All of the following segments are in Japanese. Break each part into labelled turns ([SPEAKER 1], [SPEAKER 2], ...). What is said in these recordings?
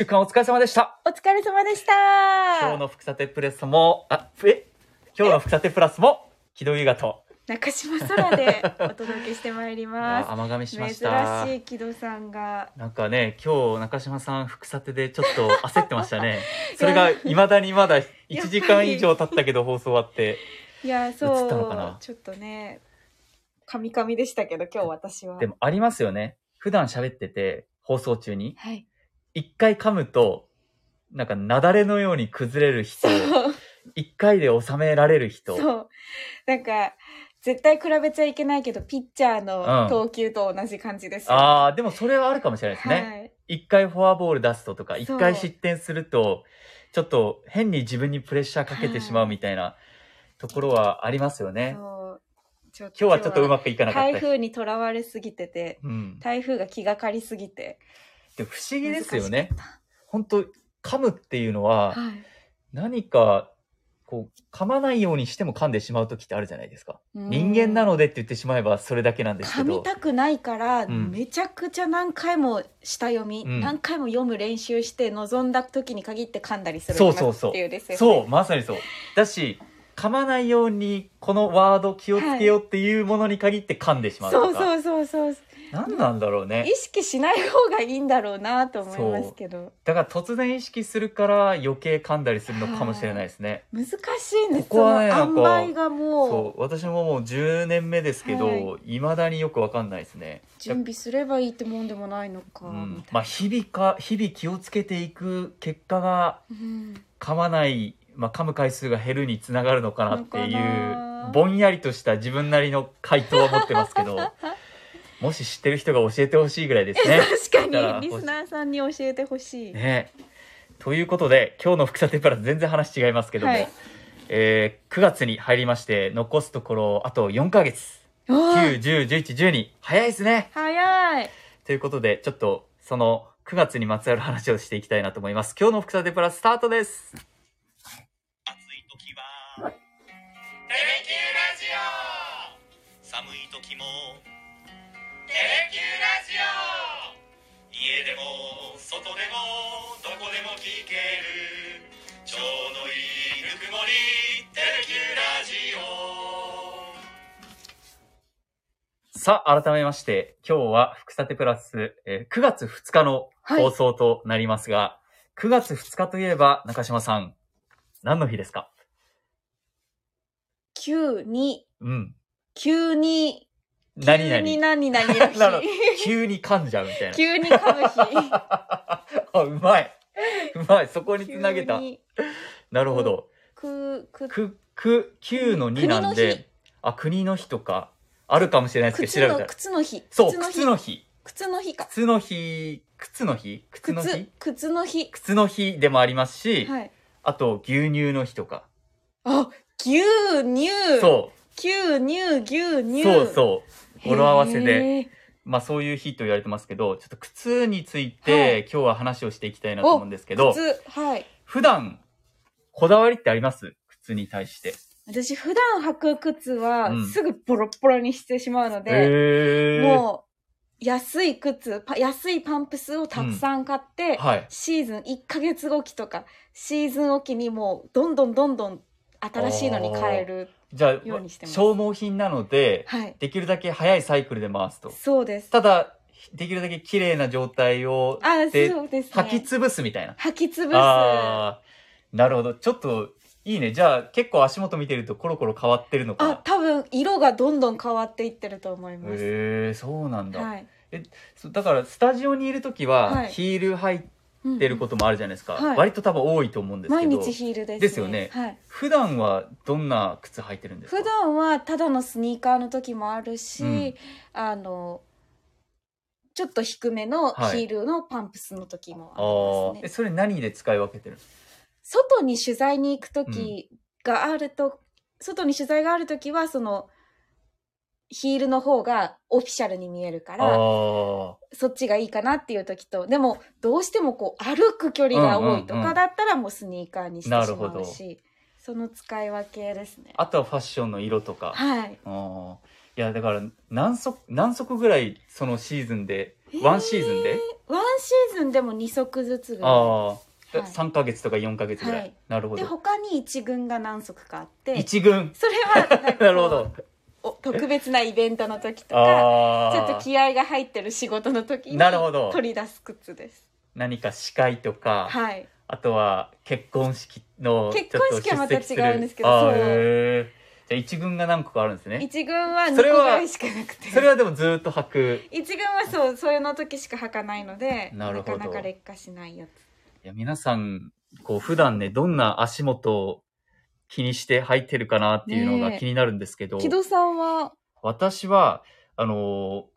[SPEAKER 1] ゆくんお疲れ様でした。
[SPEAKER 2] お疲れ様でした。
[SPEAKER 1] 今日の福さてプレスも、あ、え今日の福さてプラスも、木戸優雅と、
[SPEAKER 2] 中島空でお届けしてまいり
[SPEAKER 1] い
[SPEAKER 2] ま
[SPEAKER 1] や
[SPEAKER 2] す。
[SPEAKER 1] 甘噛みしま
[SPEAKER 2] 珍
[SPEAKER 1] した。
[SPEAKER 2] しい木戸さんが。
[SPEAKER 1] なんかね、今日中島さん、副査定でちょっと焦ってました ね。それが未だにまだ1時間以上経ったけど放送終わって。
[SPEAKER 2] いや、
[SPEAKER 1] 映ったのかな
[SPEAKER 2] そう、ちょっとね、カミカミでしたけど、今日私は。
[SPEAKER 1] でもありますよね。普段喋ってて、放送中に。
[SPEAKER 2] はい。
[SPEAKER 1] 一回噛むと、なんか雪崩のように崩れる 人
[SPEAKER 2] そ、う、
[SPEAKER 1] 一回で収められる人。
[SPEAKER 2] そう。なんか、絶対比べちゃいけないけど、ピッチャー
[SPEAKER 1] うん
[SPEAKER 2] の投球と同じ感じですよ。
[SPEAKER 1] ああ、でもそれはあるかもしれないです
[SPEAKER 2] は
[SPEAKER 1] ね。
[SPEAKER 2] い。
[SPEAKER 1] 一回フォアボール出すととか、
[SPEAKER 2] そ
[SPEAKER 1] 一
[SPEAKER 2] う
[SPEAKER 1] 回失点すると、ちょっと変に自分にプレッシャーかけてしまうみたいなところはありますよね。
[SPEAKER 2] そう。ちょっ
[SPEAKER 1] 今日はちょっとうま
[SPEAKER 2] ま
[SPEAKER 1] くいかなかっ
[SPEAKER 2] 台
[SPEAKER 1] た。
[SPEAKER 2] 風にとらわれすぎてて、
[SPEAKER 1] うん。
[SPEAKER 2] 台風が気がかりすぎて。
[SPEAKER 1] でも不思議ですよ
[SPEAKER 2] 難し
[SPEAKER 1] ね
[SPEAKER 2] か。った。
[SPEAKER 1] 本当噛むっていうのは、
[SPEAKER 2] はい。
[SPEAKER 1] 何か、こう、噛まないようにしても噛んでしまう時ってあるじゃないですか。人
[SPEAKER 2] 人
[SPEAKER 1] 間なのでって言ってしまえばそれだけなんですけ
[SPEAKER 2] 噛
[SPEAKER 1] ど
[SPEAKER 2] み。たくないから、
[SPEAKER 1] うん
[SPEAKER 2] めちゃくちゃ何回も下読み、
[SPEAKER 1] うん
[SPEAKER 2] 何回も読む練習して臨んだ時に限って噛んだりする
[SPEAKER 1] そうそうそう
[SPEAKER 2] っていうですよね
[SPEAKER 1] そう、まさにそう。だし、噛まないようにこのワード気をつけようっていうものに限って噛んでしまうとか。
[SPEAKER 2] そうそうそうそう
[SPEAKER 1] 何なんだろうね
[SPEAKER 2] 意。識しない方がいいんだろうなと思いますけど
[SPEAKER 1] だから突然意識するから余計噛んだりするのかもしれないですね。
[SPEAKER 2] 難しいんです
[SPEAKER 1] ここはね
[SPEAKER 2] そ
[SPEAKER 1] な
[SPEAKER 2] の
[SPEAKER 1] んか
[SPEAKER 2] 塩梅がもう
[SPEAKER 1] そう、私ももう10年目ですけど、、
[SPEAKER 2] はい
[SPEAKER 1] 未だによくわかんないですね。
[SPEAKER 2] 準備すればいいってもんでもないのか、
[SPEAKER 1] うん
[SPEAKER 2] み、たい
[SPEAKER 1] まあ日々か、日々気をつけていく結果が
[SPEAKER 2] なうん
[SPEAKER 1] 噛まない、まあ噛む回数が減るにつながるのかなって
[SPEAKER 2] のか
[SPEAKER 1] い
[SPEAKER 2] な
[SPEAKER 1] う、ぼんやりとした自分なりの回答は持ってますけど、 もし知ってる人が教えてほしいぐらいですね。
[SPEAKER 2] 確
[SPEAKER 1] だら
[SPEAKER 2] かにリスナーさんに教えてほしい、
[SPEAKER 1] ねということで今日の「福さてプラス」全然話違いますけども、
[SPEAKER 2] はい
[SPEAKER 1] えー9月に入りまして残すところあと4ヶ月
[SPEAKER 2] おー
[SPEAKER 1] 9101112早いですね
[SPEAKER 2] 早い
[SPEAKER 1] ということでちょっとその9月にまつわる話をしていきたいなと思います今日の「福さてプラス」スタートです
[SPEAKER 3] 暑い時は「テレキューラジオ」寒い時も「テレキューラジオ」家でも外でもどこでも聞けるちょうどいいぬくもり「テレキューラジオ」
[SPEAKER 1] さあ改めまして今日は「福さてプラス、えー9月2日の
[SPEAKER 2] はい
[SPEAKER 1] 放送となりますが、9月2日といえば中島さん何の日ですか
[SPEAKER 2] 急に
[SPEAKER 1] うん
[SPEAKER 2] 急に
[SPEAKER 1] 何
[SPEAKER 2] 急に
[SPEAKER 1] 々
[SPEAKER 2] 何々の
[SPEAKER 1] なるほど
[SPEAKER 2] 日
[SPEAKER 1] 急に噛んじゃうみたいな
[SPEAKER 2] 急に 噛む日
[SPEAKER 1] あ、うまい。うまい。そこにつなげた
[SPEAKER 2] 急。に
[SPEAKER 1] なるほど。
[SPEAKER 2] くく
[SPEAKER 1] く、く、9の2なん
[SPEAKER 2] 国の
[SPEAKER 1] で、あ、国の日とか、あるかもしれないです
[SPEAKER 2] 靴
[SPEAKER 1] けど、調べ
[SPEAKER 2] の
[SPEAKER 1] たら。
[SPEAKER 2] 靴の日
[SPEAKER 1] そう、
[SPEAKER 2] 靴
[SPEAKER 1] 靴
[SPEAKER 2] の日
[SPEAKER 1] の日。
[SPEAKER 2] 靴の日か
[SPEAKER 1] 靴の日、靴の日靴の
[SPEAKER 2] 靴
[SPEAKER 1] 日
[SPEAKER 2] 靴の日
[SPEAKER 1] 靴の日でもありますし、
[SPEAKER 2] はい
[SPEAKER 1] あと、牛乳の日とか。
[SPEAKER 2] あ牛乳
[SPEAKER 1] そ
[SPEAKER 2] 牛乳牛
[SPEAKER 1] う、
[SPEAKER 2] 乳
[SPEAKER 1] そうそう。語呂合わせで、
[SPEAKER 2] へー
[SPEAKER 1] まあそういう日と言われてますけど、ちょっと靴について、
[SPEAKER 2] は
[SPEAKER 1] 今日は話をしていきたいなと思うんですけど、
[SPEAKER 2] 靴はい
[SPEAKER 1] 普段、こだわりってあります靴に対して。
[SPEAKER 2] 私普段履く靴は
[SPEAKER 1] うん
[SPEAKER 2] すぐボロッボロにしてしまうので、
[SPEAKER 1] え
[SPEAKER 2] もう安い靴パ安いパンプスをたくさん買って、
[SPEAKER 1] はい。
[SPEAKER 2] シーズン1ヶ月おきとかシーズンおきにもうどんどんどんどん新しいのに変える
[SPEAKER 1] じゃあ、
[SPEAKER 2] ようにしてます
[SPEAKER 1] 消耗品なので、
[SPEAKER 2] はい
[SPEAKER 1] できるだけ早いサイクルで回すと。
[SPEAKER 2] そうです
[SPEAKER 1] ただ、できるだけ綺麗な状態を
[SPEAKER 2] あそう
[SPEAKER 1] で
[SPEAKER 2] です
[SPEAKER 1] 履き
[SPEAKER 2] ね
[SPEAKER 1] 潰すみたいな。
[SPEAKER 2] 履きつぶすあ
[SPEAKER 1] ああ、なるほど。ちょっと、いいね。じゃあ、結構足元見てるとコロコロ変わってるのかな。
[SPEAKER 2] 多分色がどんどん変わっていってると思います、
[SPEAKER 1] へえ、そうなんだ。
[SPEAKER 2] はい
[SPEAKER 1] そだから、スタジオにいるときは、
[SPEAKER 2] はい
[SPEAKER 1] ヒール入っ
[SPEAKER 2] うん
[SPEAKER 1] てることもあるじゃないですか。
[SPEAKER 2] はい
[SPEAKER 1] 割と多分多いと思うんですけ
[SPEAKER 2] 毎
[SPEAKER 1] ど。
[SPEAKER 2] 日ヒールです、ね、
[SPEAKER 1] ですよね
[SPEAKER 2] はい、
[SPEAKER 1] 普段はどんな靴履いてるんですか
[SPEAKER 2] 普段はただのスニーカーの時もあるし、
[SPEAKER 1] うん
[SPEAKER 2] あのちょっと低めのヒールのパンプスの時も
[SPEAKER 1] あ
[SPEAKER 2] あ
[SPEAKER 1] あ
[SPEAKER 2] りますね、
[SPEAKER 1] ー、えそれ何で使い分けてるんですか
[SPEAKER 2] 外に取材に行く時があると、外に取材がある時はそのヒールの方がオフィシャルに見えるか
[SPEAKER 1] あ
[SPEAKER 2] ら
[SPEAKER 1] ー
[SPEAKER 2] そっちがいいかなっていう時とでもどうしてもこう歩く距離が多いと
[SPEAKER 1] うんうんう
[SPEAKER 2] か
[SPEAKER 1] ん
[SPEAKER 2] だったらもうスニーカーにしてし
[SPEAKER 1] な
[SPEAKER 2] ま
[SPEAKER 1] るほど
[SPEAKER 2] うし、その使い分けですね。
[SPEAKER 1] あとはファッションの色とか。
[SPEAKER 2] はい、
[SPEAKER 1] あーいやだから何足何足ぐらいそのシーズンで、ワンシーズンで
[SPEAKER 2] ワンシーズンでも2足ずつぐら
[SPEAKER 1] ああ、
[SPEAKER 2] はい
[SPEAKER 1] 3か月とか4か月ぐらい、
[SPEAKER 2] はい
[SPEAKER 1] なるほ
[SPEAKER 2] いで
[SPEAKER 1] ど
[SPEAKER 2] 他に1軍が何足かあって
[SPEAKER 1] 一軍
[SPEAKER 2] それはなんかこう
[SPEAKER 1] なるほど
[SPEAKER 2] お特別なイベントの時とかちょっ
[SPEAKER 1] あ
[SPEAKER 2] と
[SPEAKER 1] あ
[SPEAKER 2] 気合が入ってる仕事の時に
[SPEAKER 1] なるほど
[SPEAKER 2] 取り出す靴です
[SPEAKER 1] 何か司会とか、
[SPEAKER 2] はい
[SPEAKER 1] あとは結婚式の
[SPEAKER 2] 結婚式はまた違うんですけど
[SPEAKER 1] ああ
[SPEAKER 2] そう
[SPEAKER 1] へえじゃあ一軍が何個かあるんですね
[SPEAKER 2] 1軍は2
[SPEAKER 1] それ
[SPEAKER 2] 個
[SPEAKER 1] は
[SPEAKER 2] ぐらいしかなくて
[SPEAKER 1] それはでもずーっと履く
[SPEAKER 2] 一軍はそうそういうの時しか履かないので
[SPEAKER 1] な
[SPEAKER 2] な
[SPEAKER 1] るほど
[SPEAKER 2] かなか劣化しないやつ
[SPEAKER 1] いや皆さんこう普段ねどんな足元を気にして履いてるかなっていうの
[SPEAKER 2] ね
[SPEAKER 1] が
[SPEAKER 2] え
[SPEAKER 1] 気になるんですけど、
[SPEAKER 2] 木戸さんは
[SPEAKER 1] 私はあのー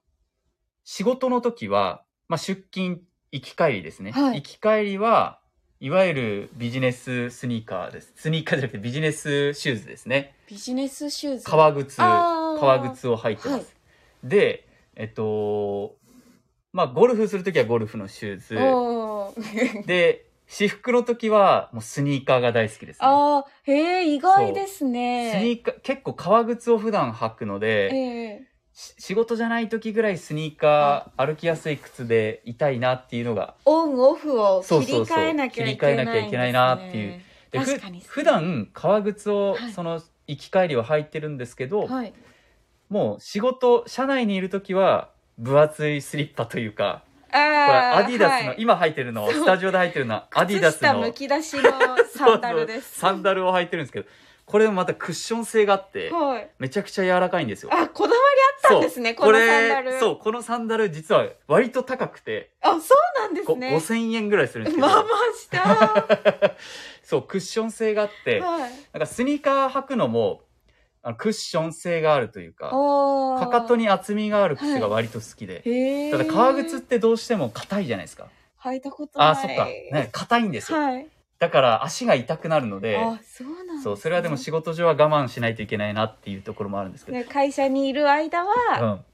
[SPEAKER 1] 仕事の時は、まあ、出勤行き帰りですね、
[SPEAKER 2] はい
[SPEAKER 1] 行き帰りはいわゆるビジネススニーカーですスニーカーじゃなくてビジネスシューズですね
[SPEAKER 2] ビジネスシューズ
[SPEAKER 1] 革靴
[SPEAKER 2] あー
[SPEAKER 1] 革靴を履いてます、
[SPEAKER 2] はい
[SPEAKER 1] でえっとまあゴルフする時はゴルフのシュー
[SPEAKER 2] おー
[SPEAKER 1] ズで私服の時はもうスニーカーが大好きです、ね、
[SPEAKER 2] あーへえ意外です
[SPEAKER 1] スニ
[SPEAKER 2] ね
[SPEAKER 1] ーカー結構革靴を普段履くので、
[SPEAKER 2] ええ
[SPEAKER 1] し仕事じゃない時ぐらいスニーカー歩きやすい靴でいたいなっていうのが
[SPEAKER 2] オンオフを切
[SPEAKER 1] そう
[SPEAKER 2] り
[SPEAKER 1] そうそう
[SPEAKER 2] 替えなきゃいけないんで
[SPEAKER 1] 切り替え
[SPEAKER 2] すね、
[SPEAKER 1] なきゃいけないなっていうでふ
[SPEAKER 2] 確かに
[SPEAKER 1] 普段革靴を
[SPEAKER 2] はい
[SPEAKER 1] その行き帰りは履いてるんですけど、
[SPEAKER 2] はい
[SPEAKER 1] もう仕事車内にいる時は分厚いスリッパというか
[SPEAKER 2] あ
[SPEAKER 1] これ
[SPEAKER 2] あ
[SPEAKER 1] アディダスの、今履いてるのスタジオで履いてるのはアディダス
[SPEAKER 2] 靴下
[SPEAKER 1] の
[SPEAKER 2] むき出しのサンダルで す
[SPEAKER 1] そうそうサンダルを履いてるんですけどこれもまたクッション性があって
[SPEAKER 2] はい
[SPEAKER 1] めちゃくちゃ柔らかいんですよ。
[SPEAKER 2] あこだわりあったんですね
[SPEAKER 1] そう
[SPEAKER 2] このサンダル
[SPEAKER 1] これそうこのサンダル実は割と高くて、
[SPEAKER 2] あそうなんです
[SPEAKER 1] こ
[SPEAKER 2] ね
[SPEAKER 1] 5000円ぐらいするんですけど
[SPEAKER 2] まあまあ した
[SPEAKER 1] そうクッション性があって
[SPEAKER 2] はい
[SPEAKER 1] なんかスニーカー履くのもあのクッション性があるというか
[SPEAKER 2] おー
[SPEAKER 1] かかとに厚みがある靴が割と好きで、
[SPEAKER 2] へえ
[SPEAKER 1] ただ革靴ってどうしても硬いじゃないですか、
[SPEAKER 2] 履いたことない
[SPEAKER 1] あーそっかね硬いんですよ、
[SPEAKER 2] はい
[SPEAKER 1] だから足が痛くなるので
[SPEAKER 2] あそうなんですね
[SPEAKER 1] そうそれはでも仕事上は我慢しないといけないなっていうところもあるんですけど、
[SPEAKER 2] ね会社にいる間
[SPEAKER 1] う
[SPEAKER 2] は
[SPEAKER 1] ん、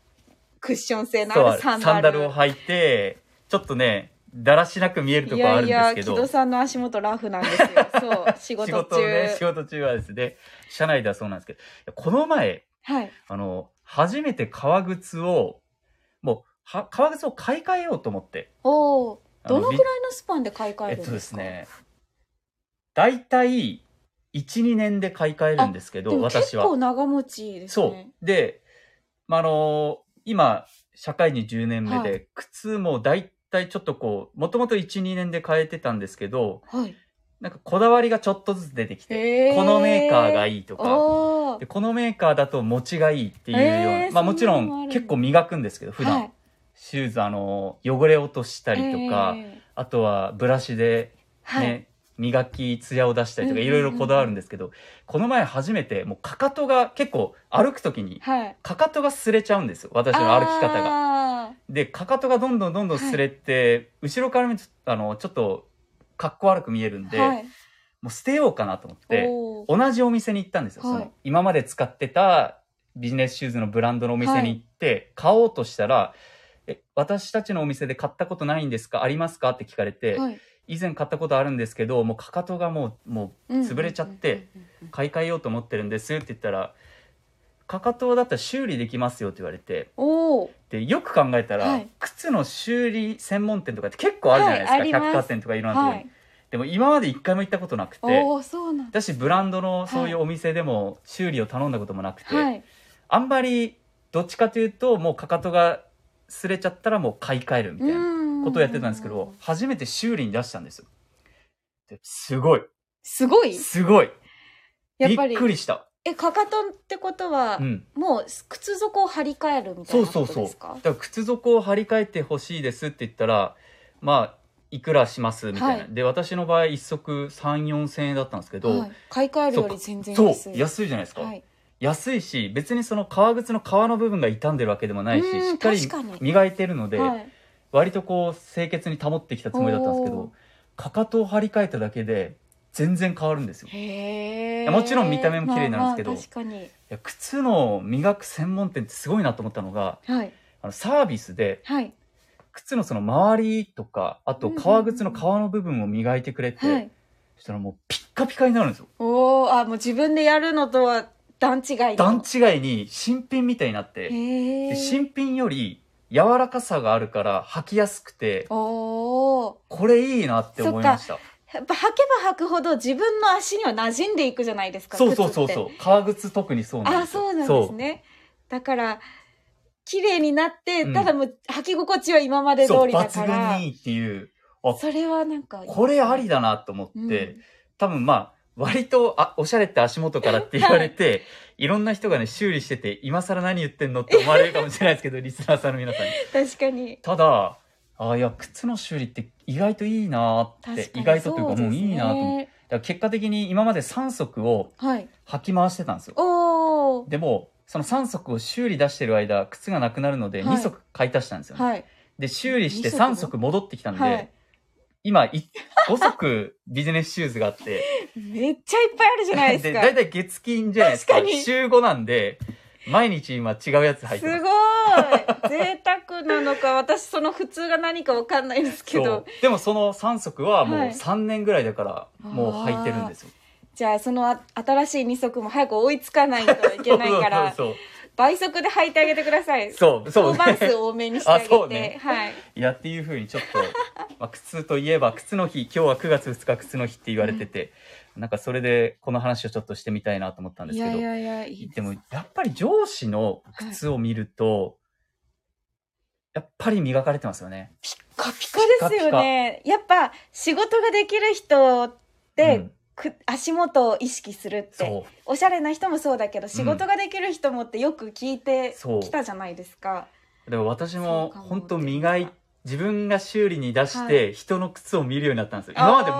[SPEAKER 2] クッション性の
[SPEAKER 1] そう
[SPEAKER 2] あ
[SPEAKER 1] あ
[SPEAKER 2] る
[SPEAKER 1] るサ
[SPEAKER 2] サン
[SPEAKER 1] ン
[SPEAKER 2] ダル
[SPEAKER 1] ダルを履いてちょっとねだらしなく見えるところあるん
[SPEAKER 2] い
[SPEAKER 1] で
[SPEAKER 2] や
[SPEAKER 1] す
[SPEAKER 2] い
[SPEAKER 1] け
[SPEAKER 2] や
[SPEAKER 1] ど
[SPEAKER 2] 木戸さんの足元ラフなんですよそう 仕
[SPEAKER 1] 仕
[SPEAKER 2] 事
[SPEAKER 1] 事
[SPEAKER 2] 中
[SPEAKER 1] をね仕事中はですね社内ではそうなんですけどいやこの前
[SPEAKER 2] はい
[SPEAKER 1] あの初めて革靴をもうは革靴を買い替えようと思って
[SPEAKER 2] おお
[SPEAKER 1] あ
[SPEAKER 2] どのくらい
[SPEAKER 1] び
[SPEAKER 2] のスパンで買い替え
[SPEAKER 1] え
[SPEAKER 2] る
[SPEAKER 1] っ
[SPEAKER 2] ん
[SPEAKER 1] と
[SPEAKER 2] で
[SPEAKER 1] ですす
[SPEAKER 2] か、
[SPEAKER 1] ね大体12年で買い替えるんですけ
[SPEAKER 2] で
[SPEAKER 1] ど
[SPEAKER 2] も結
[SPEAKER 1] 私
[SPEAKER 2] 構
[SPEAKER 1] は
[SPEAKER 2] 長持ちです
[SPEAKER 1] そ
[SPEAKER 2] ね
[SPEAKER 1] うで、まあ、あの今社会人10年目で、
[SPEAKER 2] は
[SPEAKER 1] 靴も大体ちょっとこうもともと12年で変えてたんですけど
[SPEAKER 2] はい
[SPEAKER 1] なんかこだわりがちょっとずつ出てきて、
[SPEAKER 2] へー
[SPEAKER 1] このメーカーがいいとか
[SPEAKER 2] おー
[SPEAKER 1] でこのメーカーだと持ちがいいっていうような、
[SPEAKER 2] えー
[SPEAKER 1] まあもちろ
[SPEAKER 2] そんなのある
[SPEAKER 1] ん
[SPEAKER 2] んだ
[SPEAKER 1] 結構磨くんですけど普段、
[SPEAKER 2] はい
[SPEAKER 1] シューズあの汚れ落としたりとか、
[SPEAKER 2] えー
[SPEAKER 1] あとはブラシでね、
[SPEAKER 2] はい、
[SPEAKER 1] 磨き艶を出したりとか
[SPEAKER 2] うん
[SPEAKER 1] い
[SPEAKER 2] うんうん
[SPEAKER 1] ろいろこだわるんですけど、この前初めてもうかかとが結構歩く時に
[SPEAKER 2] はい、
[SPEAKER 1] かかとが擦れちゃうんですよ私の歩き方が。
[SPEAKER 2] が
[SPEAKER 1] でかかとがどんどんどんどん擦れて、後ろから見るとあのちょっとかっこ悪く見えるんで、
[SPEAKER 2] はい、
[SPEAKER 1] もう捨てようかなと思って。
[SPEAKER 2] おー
[SPEAKER 1] 同じお店に行ったんですよ、
[SPEAKER 2] はい
[SPEAKER 1] その今まで使ってたビジネスシューズのブランドのお店に行って買おうとしたら、え私たちのお店で買ったことないんですかありますかって聞かれて、
[SPEAKER 2] はい
[SPEAKER 1] 以前買ったことあるんですけどもうかかとがもうも
[SPEAKER 2] うん
[SPEAKER 1] 潰れちゃって
[SPEAKER 2] うんうんうんうん
[SPEAKER 1] う買い替えようと思ってるんですって言ったらかかとだったら修理できますよって言われて
[SPEAKER 2] おお
[SPEAKER 1] でよく考えたら、
[SPEAKER 2] はい
[SPEAKER 1] 靴の修理専門店とかって結構あるじゃないですか、
[SPEAKER 2] はいあります
[SPEAKER 1] 百貨店とかいろんなところに、
[SPEAKER 2] はい
[SPEAKER 1] でも今まで一回も行ったことなくて
[SPEAKER 2] おおそうなんだ
[SPEAKER 1] だしブランドのそういうお店でも修理を頼んだこともなくて、
[SPEAKER 2] はい
[SPEAKER 1] あんまりどっちかというともうかかとが擦れちゃったらもう買い替えるみたいなこ
[SPEAKER 2] こと
[SPEAKER 1] をやってたんですけど初めて修理に出したんですよですごい
[SPEAKER 2] すごい
[SPEAKER 1] すごい
[SPEAKER 2] やっ
[SPEAKER 1] び
[SPEAKER 2] ぱり
[SPEAKER 1] っくりした、
[SPEAKER 2] えかかとってことは、
[SPEAKER 1] うん、
[SPEAKER 2] もう靴底を張り替えるみたい
[SPEAKER 1] そう
[SPEAKER 2] なこ
[SPEAKER 1] そう
[SPEAKER 2] と
[SPEAKER 1] そう
[SPEAKER 2] です
[SPEAKER 1] だ
[SPEAKER 2] か
[SPEAKER 1] から靴底を張り替えてほしいですって言ったらまあいくらしますみたいな、
[SPEAKER 2] はい
[SPEAKER 1] で私の場合一足34,000円だったんですけど、
[SPEAKER 2] はい、買い替えるより全然安
[SPEAKER 1] そ
[SPEAKER 2] いう
[SPEAKER 1] 安いじゃないですか、
[SPEAKER 2] はい、
[SPEAKER 1] 安いし別にその革靴の革の部分が傷んでるわけでもないし
[SPEAKER 2] うん
[SPEAKER 1] しっかり
[SPEAKER 2] 確かに
[SPEAKER 1] 磨いてるので、
[SPEAKER 2] はい、
[SPEAKER 1] 割とこう清潔に保ってきたつもりだったんですけ
[SPEAKER 2] おー
[SPEAKER 1] どかかとを張り替えただけで全然変わるんですよい
[SPEAKER 2] へ
[SPEAKER 1] い
[SPEAKER 2] え
[SPEAKER 1] やもちろん見た目も綺麗なんですけど
[SPEAKER 2] 確かに
[SPEAKER 1] や靴の磨く専門店ってすごいなと思ったのが
[SPEAKER 2] はい
[SPEAKER 1] あのサービスで
[SPEAKER 2] はい
[SPEAKER 1] 靴のその周りとかあと革靴の革の部分を磨いてくれて、
[SPEAKER 2] はい
[SPEAKER 1] そしたらもうピッカピカになるんですよ
[SPEAKER 2] おおあもう自分でやるのとは段違いの
[SPEAKER 1] 段違いに新品みたいになって、
[SPEAKER 2] へ
[SPEAKER 1] で
[SPEAKER 2] え
[SPEAKER 1] 新品より柔らかさがあるから履きやすくて、
[SPEAKER 2] おお。
[SPEAKER 1] これいいなって思いました。
[SPEAKER 2] やっぱ履けば履くほど自分の足には馴染んでいくじゃないですか。
[SPEAKER 1] そうそうそう
[SPEAKER 2] 靴って
[SPEAKER 1] そう。革靴特にそうなん
[SPEAKER 2] あ、
[SPEAKER 1] ですよ。
[SPEAKER 2] そうなんですね。だから、綺麗になって、
[SPEAKER 1] うん
[SPEAKER 2] ただもう履き心地は今まで通
[SPEAKER 1] そう。
[SPEAKER 2] りだか
[SPEAKER 1] 抜
[SPEAKER 2] ら、
[SPEAKER 1] 群にいいっていう、
[SPEAKER 2] それはなんかいいですね、
[SPEAKER 1] これありだなと思って、
[SPEAKER 2] うん
[SPEAKER 1] 多分まあ、割と、あ、おしゃれって足元からって言われて、い、ろんな人がね、修理してて、今更何言ってんのって思われるかもしれないです けど、リスナーさんの皆さんに。
[SPEAKER 2] 確かに。
[SPEAKER 1] ただ、あいや、靴の修理って意外といいなーっ
[SPEAKER 2] 確
[SPEAKER 1] て、
[SPEAKER 2] かに
[SPEAKER 1] 意外とというか、
[SPEAKER 2] そ
[SPEAKER 1] もう
[SPEAKER 2] です
[SPEAKER 1] いいなーと思って。
[SPEAKER 2] ね
[SPEAKER 1] だから結果的に今まで3足を
[SPEAKER 2] はい。
[SPEAKER 1] 履き回してたんですよ。
[SPEAKER 2] おー。
[SPEAKER 1] でも、その3足を修理出してる間、靴がなくなるので、
[SPEAKER 2] はい
[SPEAKER 1] 2足買い足したんですよね。
[SPEAKER 2] はい。
[SPEAKER 1] で、修理して
[SPEAKER 2] 二足も
[SPEAKER 1] 3足戻ってきたんで、
[SPEAKER 2] はい。
[SPEAKER 1] 今、い5足ビジネスシューズがあって、
[SPEAKER 2] めっちゃいっぱいあるじゃないですか。
[SPEAKER 1] 大体月金じゃないですか。
[SPEAKER 2] 確かに
[SPEAKER 1] 週5なんで、毎日今違うやつ入っ
[SPEAKER 2] す
[SPEAKER 1] て
[SPEAKER 2] ご
[SPEAKER 1] ます。
[SPEAKER 2] い贅沢なのか、私その普通が何かわかんないですけ
[SPEAKER 1] そ
[SPEAKER 2] ど
[SPEAKER 1] う。でもその3足はもう
[SPEAKER 2] はい
[SPEAKER 1] 3年ぐらいだから、もう履いてるんですよ。
[SPEAKER 2] じゃあそのあ新しい二足も早く追いつかないといけないから
[SPEAKER 1] そう
[SPEAKER 2] 倍速で履いてあげてください
[SPEAKER 1] そうそう。そう、
[SPEAKER 2] 相
[SPEAKER 1] そう、
[SPEAKER 2] 番数
[SPEAKER 1] ね。
[SPEAKER 2] 多めにしてあげて
[SPEAKER 1] あそうね
[SPEAKER 2] はい
[SPEAKER 1] いや、っていうふうにちょっ と、まあ、靴といえば靴の日、今日は9月2日靴の日って言われてて、なんかそれでこの話をちょっとしてみたいなと思ったんで
[SPEAKER 2] い
[SPEAKER 1] すけど。
[SPEAKER 2] やいやいやいい
[SPEAKER 1] でもやっぱり上司の靴を見ると、やっぱり磨かれてますよね。
[SPEAKER 2] ピカピカですよねやっぱ仕事ができる人って、
[SPEAKER 1] うん
[SPEAKER 2] く足元を意識するって
[SPEAKER 1] そ
[SPEAKER 2] おしゃれな人もそうだけど仕事ができる人もってよく聞いて
[SPEAKER 1] そう
[SPEAKER 2] きたじゃないですか、
[SPEAKER 1] う。でも私も
[SPEAKER 2] そうかも
[SPEAKER 1] 本当磨い、自分が修理に出し
[SPEAKER 2] は
[SPEAKER 1] て人の靴を見るようになったんですよ。今まで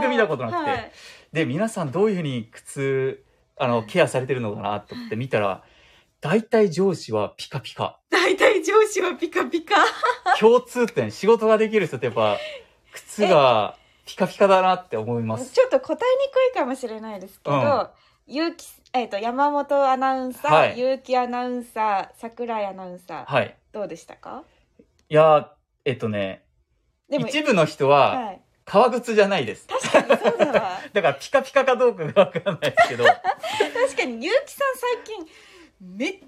[SPEAKER 1] 全く見たことなくて。
[SPEAKER 2] あーはい
[SPEAKER 1] で、皆さんどういうふうに靴、あの、ケアされてるのかなと思って見たら、大体上司はピカピカ。
[SPEAKER 2] 大体上司はピカピカ
[SPEAKER 1] 共通点、仕事ができる人ってやっぱ、靴がピカピカだなって思います。
[SPEAKER 2] ちょっと答えにくいかもしれないですけど、
[SPEAKER 1] うん
[SPEAKER 2] ゆうきえっと山本アナウンサー、
[SPEAKER 1] はい
[SPEAKER 2] ゆうきアナウンサー桜井アナウンサー、
[SPEAKER 1] はい。
[SPEAKER 2] どうでしたか
[SPEAKER 1] いやー、えっとね、
[SPEAKER 2] でも
[SPEAKER 1] 一部の人は、
[SPEAKER 2] はい、
[SPEAKER 1] 革靴じゃないです。
[SPEAKER 2] 確かにそうだわ
[SPEAKER 1] だからピカピカかどうかがわからないですけ ど、
[SPEAKER 2] 確かにゆうきさん最近めっち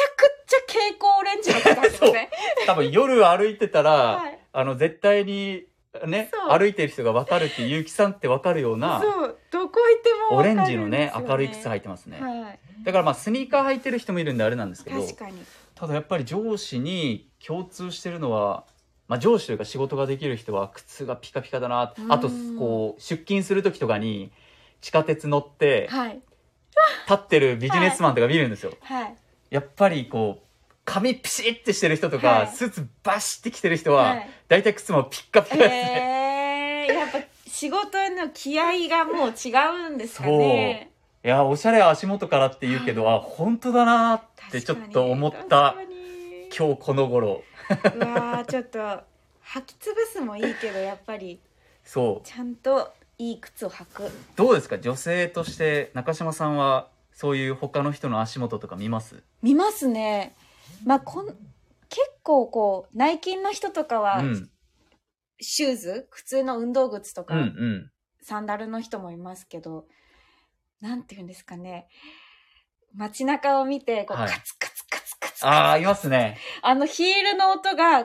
[SPEAKER 2] ゃくちゃ蛍光オレンジの方ですよ ね
[SPEAKER 1] 多分夜歩いてたら、
[SPEAKER 2] はい
[SPEAKER 1] あの、絶対にね
[SPEAKER 2] そ、う
[SPEAKER 1] 歩いてる人がわかるって、結城さんってわかるような、
[SPEAKER 2] そうどこ行っても
[SPEAKER 1] オ
[SPEAKER 2] わか
[SPEAKER 1] レ
[SPEAKER 2] るん
[SPEAKER 1] ン
[SPEAKER 2] です
[SPEAKER 1] ジ
[SPEAKER 2] よ
[SPEAKER 1] のね、明るい靴履いてますね。
[SPEAKER 2] はい
[SPEAKER 1] だからまあ、スニーカー履いてる人もいるんであれなんですけど、
[SPEAKER 2] 確かに
[SPEAKER 1] ただやっぱり上司に共通してるのは、まあ上司というか仕事ができる人は靴がピカピカだな
[SPEAKER 2] う。ん
[SPEAKER 1] あと、こう、出勤する時とかに、地下鉄乗って、
[SPEAKER 2] はい
[SPEAKER 1] 立ってるビジネスマンとか見るんですよ。
[SPEAKER 2] はい
[SPEAKER 1] やっぱりこう、髪ピシッてしてる人とか、
[SPEAKER 2] はい
[SPEAKER 1] スーツバシッて着てる人
[SPEAKER 2] は
[SPEAKER 1] は、
[SPEAKER 2] い
[SPEAKER 1] だいたい靴もピッカピカですね。
[SPEAKER 2] えー、やっぱ仕事への気合がもう違うんですかね
[SPEAKER 1] いや、おしゃれは足元からって言うけど、あ、本当だなーってちょっと思った、
[SPEAKER 2] 確
[SPEAKER 1] 今日この頃。
[SPEAKER 2] かにうわーちょっと履き潰すもいいけどやっぱり
[SPEAKER 1] そう。
[SPEAKER 2] ちゃんといい靴を履く
[SPEAKER 1] どうですか女性として、中島さんは、そういう他の人の足元とか見ます
[SPEAKER 2] 見ますねまあこん結構こう内勤の人とか
[SPEAKER 1] う
[SPEAKER 2] は、
[SPEAKER 1] ん。
[SPEAKER 2] シューズ普通の運動靴と
[SPEAKER 1] う
[SPEAKER 2] か、
[SPEAKER 1] んうん。
[SPEAKER 2] サンダルの人もいますけどなんていうんですかね街中を見てこう、
[SPEAKER 1] はい
[SPEAKER 2] カツカツカツカツカツ
[SPEAKER 1] ああ、いますね。
[SPEAKER 2] あのヒールの音が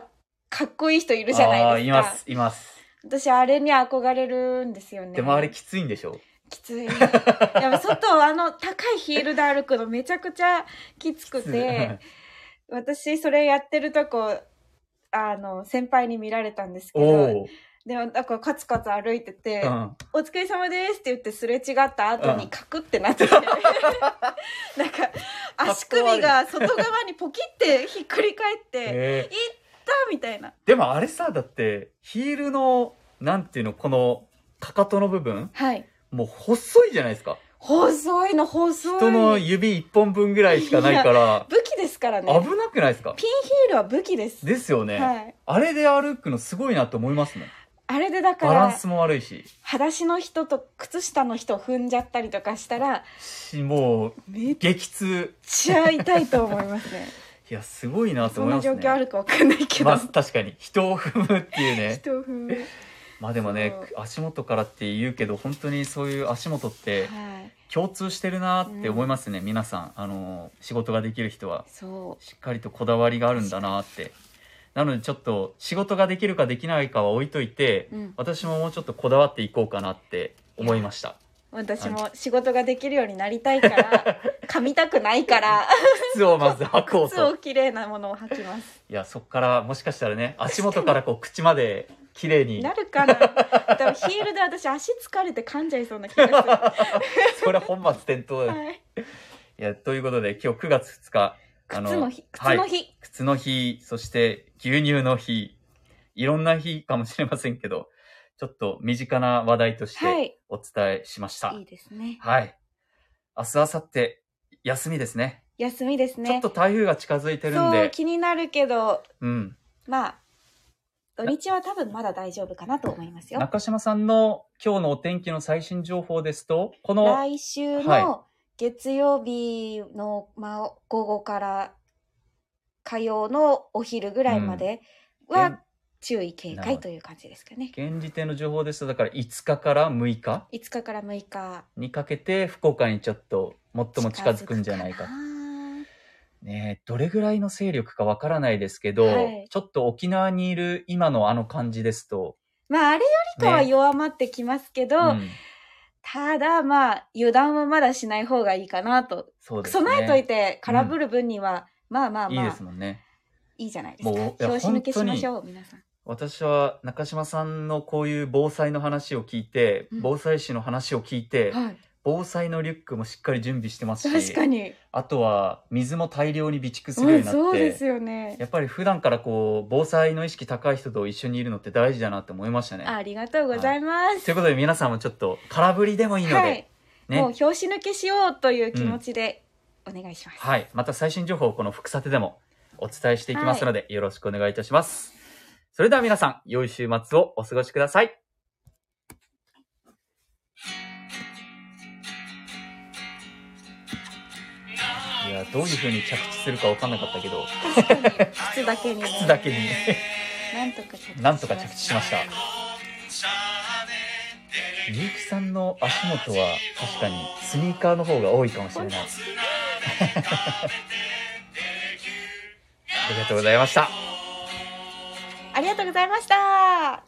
[SPEAKER 2] かっこいい人いるじゃ
[SPEAKER 1] あ
[SPEAKER 2] な
[SPEAKER 1] あー、
[SPEAKER 2] い
[SPEAKER 1] い
[SPEAKER 2] ですか。
[SPEAKER 1] ます、います。
[SPEAKER 2] 私あれに憧れるんですよね。
[SPEAKER 1] でもあれきついんでしょ
[SPEAKER 2] きつい。でも外あの高いヒールで歩くのめちゃくちゃきつくて、私それやってるとこ、あの、先輩に見られたんです け
[SPEAKER 1] お
[SPEAKER 2] ど、
[SPEAKER 1] おー。
[SPEAKER 2] でもなんかカツカツ歩いてて、
[SPEAKER 1] うん。
[SPEAKER 2] お疲れ様ですって言ってすれ違った後
[SPEAKER 1] うん
[SPEAKER 2] にカクって なってて、なんか足首が外側にポキってひっくり返って、
[SPEAKER 1] えー
[SPEAKER 2] だみたいな。
[SPEAKER 1] でもあれさ、だって、ヒールの、なんていうの、この、かかとの部分、
[SPEAKER 2] はい。
[SPEAKER 1] もう細いじゃないですか。
[SPEAKER 2] 細いの細い
[SPEAKER 1] 人の指一本分ぐらいしかないから、
[SPEAKER 2] 武器ですから ね
[SPEAKER 1] 危なくないですか
[SPEAKER 2] ピンヒールは武器です、
[SPEAKER 1] ですよね、
[SPEAKER 2] はい、
[SPEAKER 1] あれで歩くのすごいなと思いますね。
[SPEAKER 2] あれでだか
[SPEAKER 1] バラン
[SPEAKER 2] ら
[SPEAKER 1] スも悪いし、
[SPEAKER 2] 裸足の人と靴下の人を踏んじゃったりとかしたら
[SPEAKER 1] し、もう、
[SPEAKER 2] めっ
[SPEAKER 1] 激痛。
[SPEAKER 2] ちゃ痛いと思いま すね
[SPEAKER 1] いや、すごいなと
[SPEAKER 2] そん
[SPEAKER 1] 思い
[SPEAKER 2] な
[SPEAKER 1] ます
[SPEAKER 2] 状
[SPEAKER 1] ね。
[SPEAKER 2] 況あるかわかんないけど、
[SPEAKER 1] まあ、確かに、人を踏むっていう ね。
[SPEAKER 2] 人を踏む、
[SPEAKER 1] まあでもね
[SPEAKER 2] そう、
[SPEAKER 1] 足元からって言うけど、本当にそういう足元って
[SPEAKER 2] はい、
[SPEAKER 1] 共通してるなって思いますね、皆さん。あの、仕事ができる人は。
[SPEAKER 2] そ
[SPEAKER 1] しっかりとこだわりがあるんだなってなのでちょっと仕事ができるかできないかは置いといて、
[SPEAKER 2] うん
[SPEAKER 1] 私ももうちょっとこだわっていこうかなって思いました。
[SPEAKER 2] 私も仕事ができるようになりた いから、噛みたくないから、
[SPEAKER 1] 靴をまず履こう
[SPEAKER 2] 靴
[SPEAKER 1] と。
[SPEAKER 2] を綺麗なものを履きます。
[SPEAKER 1] いや、そっからもしかしたらね、足元からこう口まで綺麗に
[SPEAKER 2] な、るかな多分ヒールで私足疲れて噛んじゃいそうな気 がする。
[SPEAKER 1] それ本末転倒だよ。
[SPEAKER 2] はい
[SPEAKER 1] いや、ということで今日9月2日、
[SPEAKER 2] 靴の日、
[SPEAKER 1] は
[SPEAKER 2] 靴
[SPEAKER 1] い
[SPEAKER 2] の日、
[SPEAKER 1] 靴の日、そして牛乳の日、いろんな日かもしれませんけど、ちょっと身近な話題とし
[SPEAKER 2] は
[SPEAKER 1] て
[SPEAKER 2] い、
[SPEAKER 1] お伝えしました。はい
[SPEAKER 2] い。ですね。
[SPEAKER 1] 明日、明後日、休みですね
[SPEAKER 2] 休みですね。
[SPEAKER 1] ちょっと台風が近づいてるん
[SPEAKER 2] そう
[SPEAKER 1] で、
[SPEAKER 2] 気になるけど、
[SPEAKER 1] うん。
[SPEAKER 2] まあ土日は多分まだ大丈夫かなと思いますよ。
[SPEAKER 1] 中島さんの今日のお天気の最新情報ですと、この、
[SPEAKER 2] 来週
[SPEAKER 1] は
[SPEAKER 2] の月曜日の、まあ、午後から火曜のお昼ぐらいまで
[SPEAKER 1] うんえ
[SPEAKER 2] は注意警
[SPEAKER 1] なるほ
[SPEAKER 2] 戒
[SPEAKER 1] ど
[SPEAKER 2] という感じですかね。
[SPEAKER 1] 現時点の情報ですと、だから5日から6日
[SPEAKER 2] 5日から6日
[SPEAKER 1] にかけて、福岡にちょっと最も近づくんじゃないか。
[SPEAKER 2] 近づ
[SPEAKER 1] ねえ、どれぐらいの勢力かわからないですけど、
[SPEAKER 2] はい
[SPEAKER 1] ちょっと沖縄にいる今のあの感じですと、
[SPEAKER 2] くかなまああれよりかは
[SPEAKER 1] ね
[SPEAKER 2] 弱まってきますけど、
[SPEAKER 1] うん
[SPEAKER 2] ただまあ油断はまだしない方がいいかなと、
[SPEAKER 1] そうですね。
[SPEAKER 2] 備えといて空振る分には、まあまあ
[SPEAKER 1] いい
[SPEAKER 2] ま
[SPEAKER 1] で
[SPEAKER 2] あ
[SPEAKER 1] すもんね。
[SPEAKER 2] いいじゃないですか
[SPEAKER 1] もういや
[SPEAKER 2] 拍子抜けしましょう皆さん。
[SPEAKER 1] 私は中島さんのこういう防災の話を聞いて、
[SPEAKER 2] うん
[SPEAKER 1] 防災士の話を聞いて、
[SPEAKER 2] はい、
[SPEAKER 1] 防災のリュックもしっかり準備してますし
[SPEAKER 2] 確かに、
[SPEAKER 1] あとは水も大量に備蓄するよう
[SPEAKER 2] うん、
[SPEAKER 1] になって、
[SPEAKER 2] そうですよね
[SPEAKER 1] やっぱり普段からこう防災の意識高い人と一緒にいるのって大事だなって思いましたね。
[SPEAKER 2] ありがとうございます
[SPEAKER 1] ということで皆さんもちょっと空振りでもいいので、
[SPEAKER 2] はい、
[SPEAKER 1] ね
[SPEAKER 2] もう拍子抜けしようという気持ちでお願いします、
[SPEAKER 1] はい。また最新情報をこの副査定でもお伝えしていきますので、よろしくお願いいたします。それでは皆さん、良い週末をお過ごしください。いや、どういう風に着地するか分かんなかったけど、
[SPEAKER 2] 確かに靴だけに
[SPEAKER 1] 靴だ けにね、
[SPEAKER 2] なんとか着地
[SPEAKER 1] なんとか着地しました。
[SPEAKER 3] 「
[SPEAKER 1] みゆきさんの足元は確かにスニーカーの方が多いかもしれない。ありがとうございました。
[SPEAKER 2] ありがとうございました